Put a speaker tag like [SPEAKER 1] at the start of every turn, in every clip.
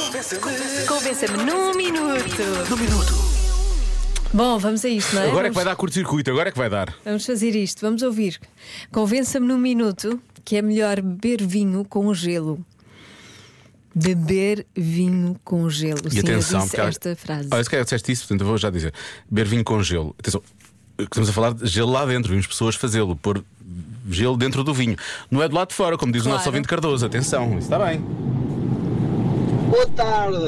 [SPEAKER 1] Convença-me num minuto. Num minuto. Bom, vamos a isto, não é?
[SPEAKER 2] Agora é que
[SPEAKER 1] vamos,
[SPEAKER 2] vai dar curto-circuito, agora é que vai dar.
[SPEAKER 1] vamos fazer isto, vamos ouvir. Convença-me num minuto que é melhor beber vinho com gelo. Beber vinho com gelo. Sim, eu disse
[SPEAKER 2] há-
[SPEAKER 1] esta frase.
[SPEAKER 2] Ah, se calhar disseste isso, portanto eu vou já dizer. Beber vinho com gelo. Atenção, que estamos a falar de gelo lá dentro, vimos pessoas fazê-lo, pôr gelo dentro do vinho. Não é do lado de fora, como diz o nosso
[SPEAKER 1] Claro.
[SPEAKER 2] ouvinte Cardoso. Atenção, isso está bem.
[SPEAKER 3] Boa tarde.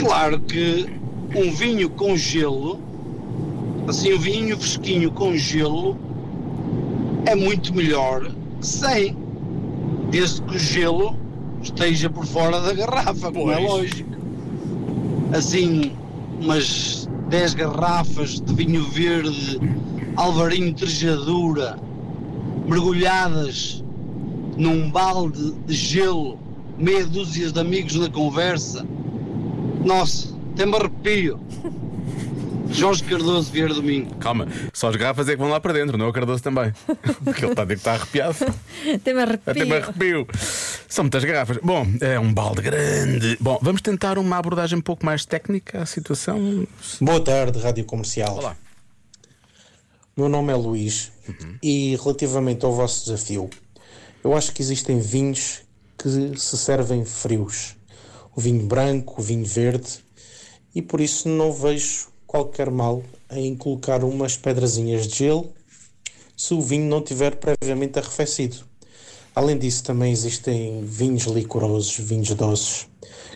[SPEAKER 3] Claro que um vinho com gelo, assim, um vinho fresquinho com gelo, é muito melhor que sem, desde que o gelo esteja por fora da garrafa, como é
[SPEAKER 2] Pois.
[SPEAKER 3] lógico. Assim, umas 10 garrafas de vinho verde, alvarinho trejadura, mergulhadas num balde de gelo, meia dúzia de amigos na conversa. Nossa, tem-me arrepio. Jorge Cardoso Vieira Domingo.
[SPEAKER 2] Calma, só as garrafas é que vão lá para dentro, não é o Cardoso também. Porque ele está a dizer que está arrepiado.
[SPEAKER 1] Até me arrepio.
[SPEAKER 2] Até me arrepio. São muitas garrafas. Bom, é um balde grande. Bom, vamos tentar uma abordagem um pouco mais técnica à situação.
[SPEAKER 4] Boa tarde, Rádio Comercial.
[SPEAKER 2] Olá.
[SPEAKER 4] Meu nome é Luís e relativamente ao vosso desafio, eu acho que existem vinhos que se servem frios. O vinho branco, o vinho verde, e por isso não vejo qualquer mal em colocar umas pedrazinhas de gelo se o vinho não tiver previamente arrefecido. Além disso, também existem vinhos licorosos, vinhos doces,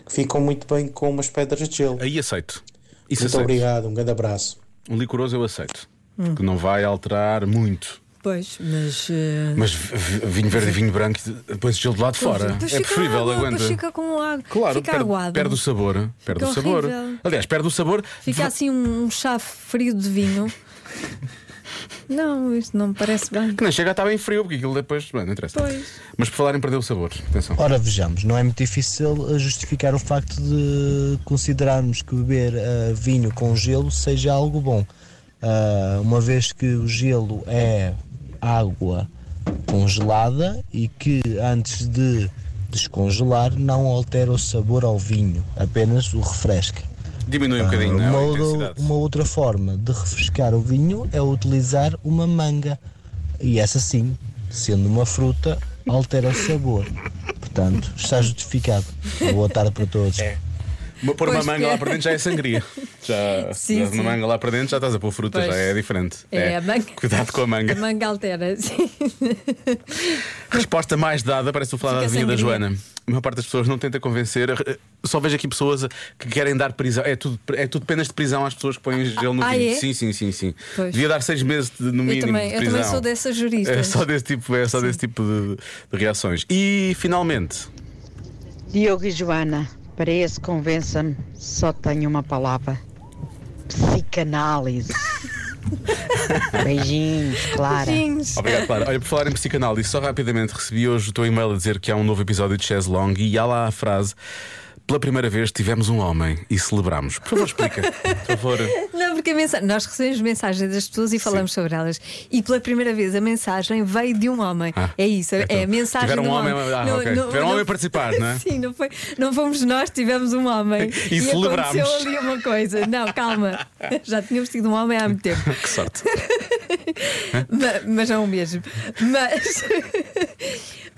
[SPEAKER 4] que ficam muito bem com umas pedras de gelo.
[SPEAKER 2] Aí aceito. É Isso é
[SPEAKER 4] Muito
[SPEAKER 2] aceito.
[SPEAKER 4] obrigado, um grande abraço.
[SPEAKER 2] Um licoroso eu aceito. Porque não vai alterar muito.
[SPEAKER 1] Pois, mas. eh,
[SPEAKER 2] Mas v- v- vinho verde e vinho branco, depois gelo do lado de fora.
[SPEAKER 1] depois então
[SPEAKER 2] É
[SPEAKER 1] fica
[SPEAKER 2] preferível,
[SPEAKER 1] água, depois
[SPEAKER 2] aguenta.
[SPEAKER 1] Fica com água.
[SPEAKER 2] Claro,
[SPEAKER 1] fica
[SPEAKER 2] perde,
[SPEAKER 1] aguado.
[SPEAKER 2] perde o sabor. Perde
[SPEAKER 1] Fica
[SPEAKER 2] o sabor.
[SPEAKER 1] horrível.
[SPEAKER 2] Aliás, perde o sabor.
[SPEAKER 1] Fica assim um chá frio de vinho. não, isto não me parece bem.
[SPEAKER 2] Que nem chega a estar bem frio, porque aquilo depois. Bem, não interessa.
[SPEAKER 1] Pois.
[SPEAKER 2] Mas por falar em perder o sabor, atenção.
[SPEAKER 5] Ora, vejamos, não é muito difícil eh, justificar o facto de considerarmos que beber eh, vinho com gelo seja algo bom, Ah, uma vez que o gelo é água congelada e que antes de descongelar não altera o sabor ao vinho, apenas o refresca.
[SPEAKER 2] Diminui um bocadinho, não é?
[SPEAKER 5] Ah, uma,
[SPEAKER 2] A
[SPEAKER 5] outra,
[SPEAKER 2] intensidade.
[SPEAKER 5] uma outra forma de refrescar o vinho é utilizar uma manga. E essa sim, sendo uma fruta, altera o sabor. Portanto, está justificado. Uma boa tarde para todos.
[SPEAKER 2] Uma- Pôr uma
[SPEAKER 1] Pois,
[SPEAKER 2] manga lá para dentro já é sangria. Já
[SPEAKER 1] Sim,
[SPEAKER 2] dás uma
[SPEAKER 1] sim.
[SPEAKER 2] manga lá para dentro já estás a pôr fruta,
[SPEAKER 1] Pois.
[SPEAKER 2] já é diferente.
[SPEAKER 1] É, a manga.
[SPEAKER 2] Cuidado com a manga.
[SPEAKER 1] A manga altera, sim.
[SPEAKER 2] Resposta mais dada, parece o falar da
[SPEAKER 1] Fica
[SPEAKER 2] vinha da
[SPEAKER 1] sangria.
[SPEAKER 2] Joana. A maior parte das pessoas não tenta convencer. eh, Só vejo aqui pessoas que querem dar prisão. É tudo, é tudo penas de prisão às pessoas que põem gelo no
[SPEAKER 1] Ah,
[SPEAKER 2] vinho.
[SPEAKER 1] é?
[SPEAKER 2] Sim, sim, sim, sim.
[SPEAKER 1] Pois.
[SPEAKER 2] Devia dar seis meses de, no mínimo.
[SPEAKER 1] também-
[SPEAKER 2] de
[SPEAKER 1] eu também
[SPEAKER 2] prisão.
[SPEAKER 1] sou dessas juristas.
[SPEAKER 2] É só desse tipo, é só desse tipo de, de reações. E finalmente,
[SPEAKER 6] Diogo e Joana, para esse convença-me, só tenho uma palavra: psicanálise. Beijinhos, Clara.
[SPEAKER 1] Beijinhos.
[SPEAKER 2] Obrigado, Clara. Olha, por falar em psicanálise, só rapidamente recebi hoje o teu e-mail a dizer que há um novo episódio de Chess Long e há lá a frase: pela primeira vez tivemos um homem e celebramos. Por favor, explica. Por favor.
[SPEAKER 1] Não, porque a mensagem, nós recebemos mensagens das pessoas e falamos sobre elas. E pela primeira vez a mensagem veio de um homem.
[SPEAKER 2] Ah,
[SPEAKER 1] é isso, é,
[SPEAKER 2] então,
[SPEAKER 1] a mensagem
[SPEAKER 2] tiveram
[SPEAKER 1] de um
[SPEAKER 2] um
[SPEAKER 1] homem.
[SPEAKER 2] homem, ah, ok. Tiveram um homem a participar, não é?
[SPEAKER 1] Sim, não, foi, não fomos nós, tivemos um homem.
[SPEAKER 2] E celebramos.
[SPEAKER 1] aconteceu ali uma coisa. Não, calma. Já tínhamos tido um homem há muito tempo.
[SPEAKER 2] Que sorte.
[SPEAKER 1] Ma- mas não o mesmo. Mas,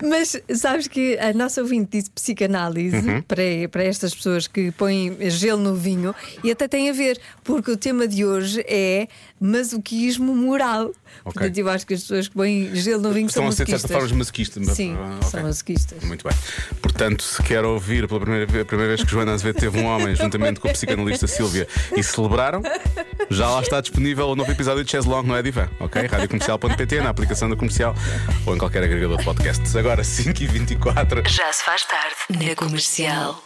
[SPEAKER 1] mas sabes que a nossa ouvinte disse psicanálise
[SPEAKER 2] Uhum.
[SPEAKER 1] para, para estas pessoas que põem gelo no vinho e até tem a ver, porque o tema de hoje é masoquismo moral. Portanto, eu acho que as pessoas que põem gelo no vinho
[SPEAKER 2] Estão
[SPEAKER 1] são
[SPEAKER 2] a ser, de
[SPEAKER 1] masoquistas.
[SPEAKER 2] certa forma, os masoquistas.
[SPEAKER 1] Sim,
[SPEAKER 2] Ah,
[SPEAKER 1] são
[SPEAKER 2] ok.
[SPEAKER 1] masoquistas.
[SPEAKER 2] Muito bem. Portanto, se quer ouvir pela primeira, ve- a primeira vez que Joana Azevedo teve um homem, juntamente com a psicanalista Sílvia, e celebraram, já lá está disponível o novo episódio de Chess Long, não é Diva? Ok? Radiocomercial.pt, na aplicação da comercial ou em qualquer agregador de podcasts. Agora, 5h24.
[SPEAKER 7] Já se faz tarde na comercial.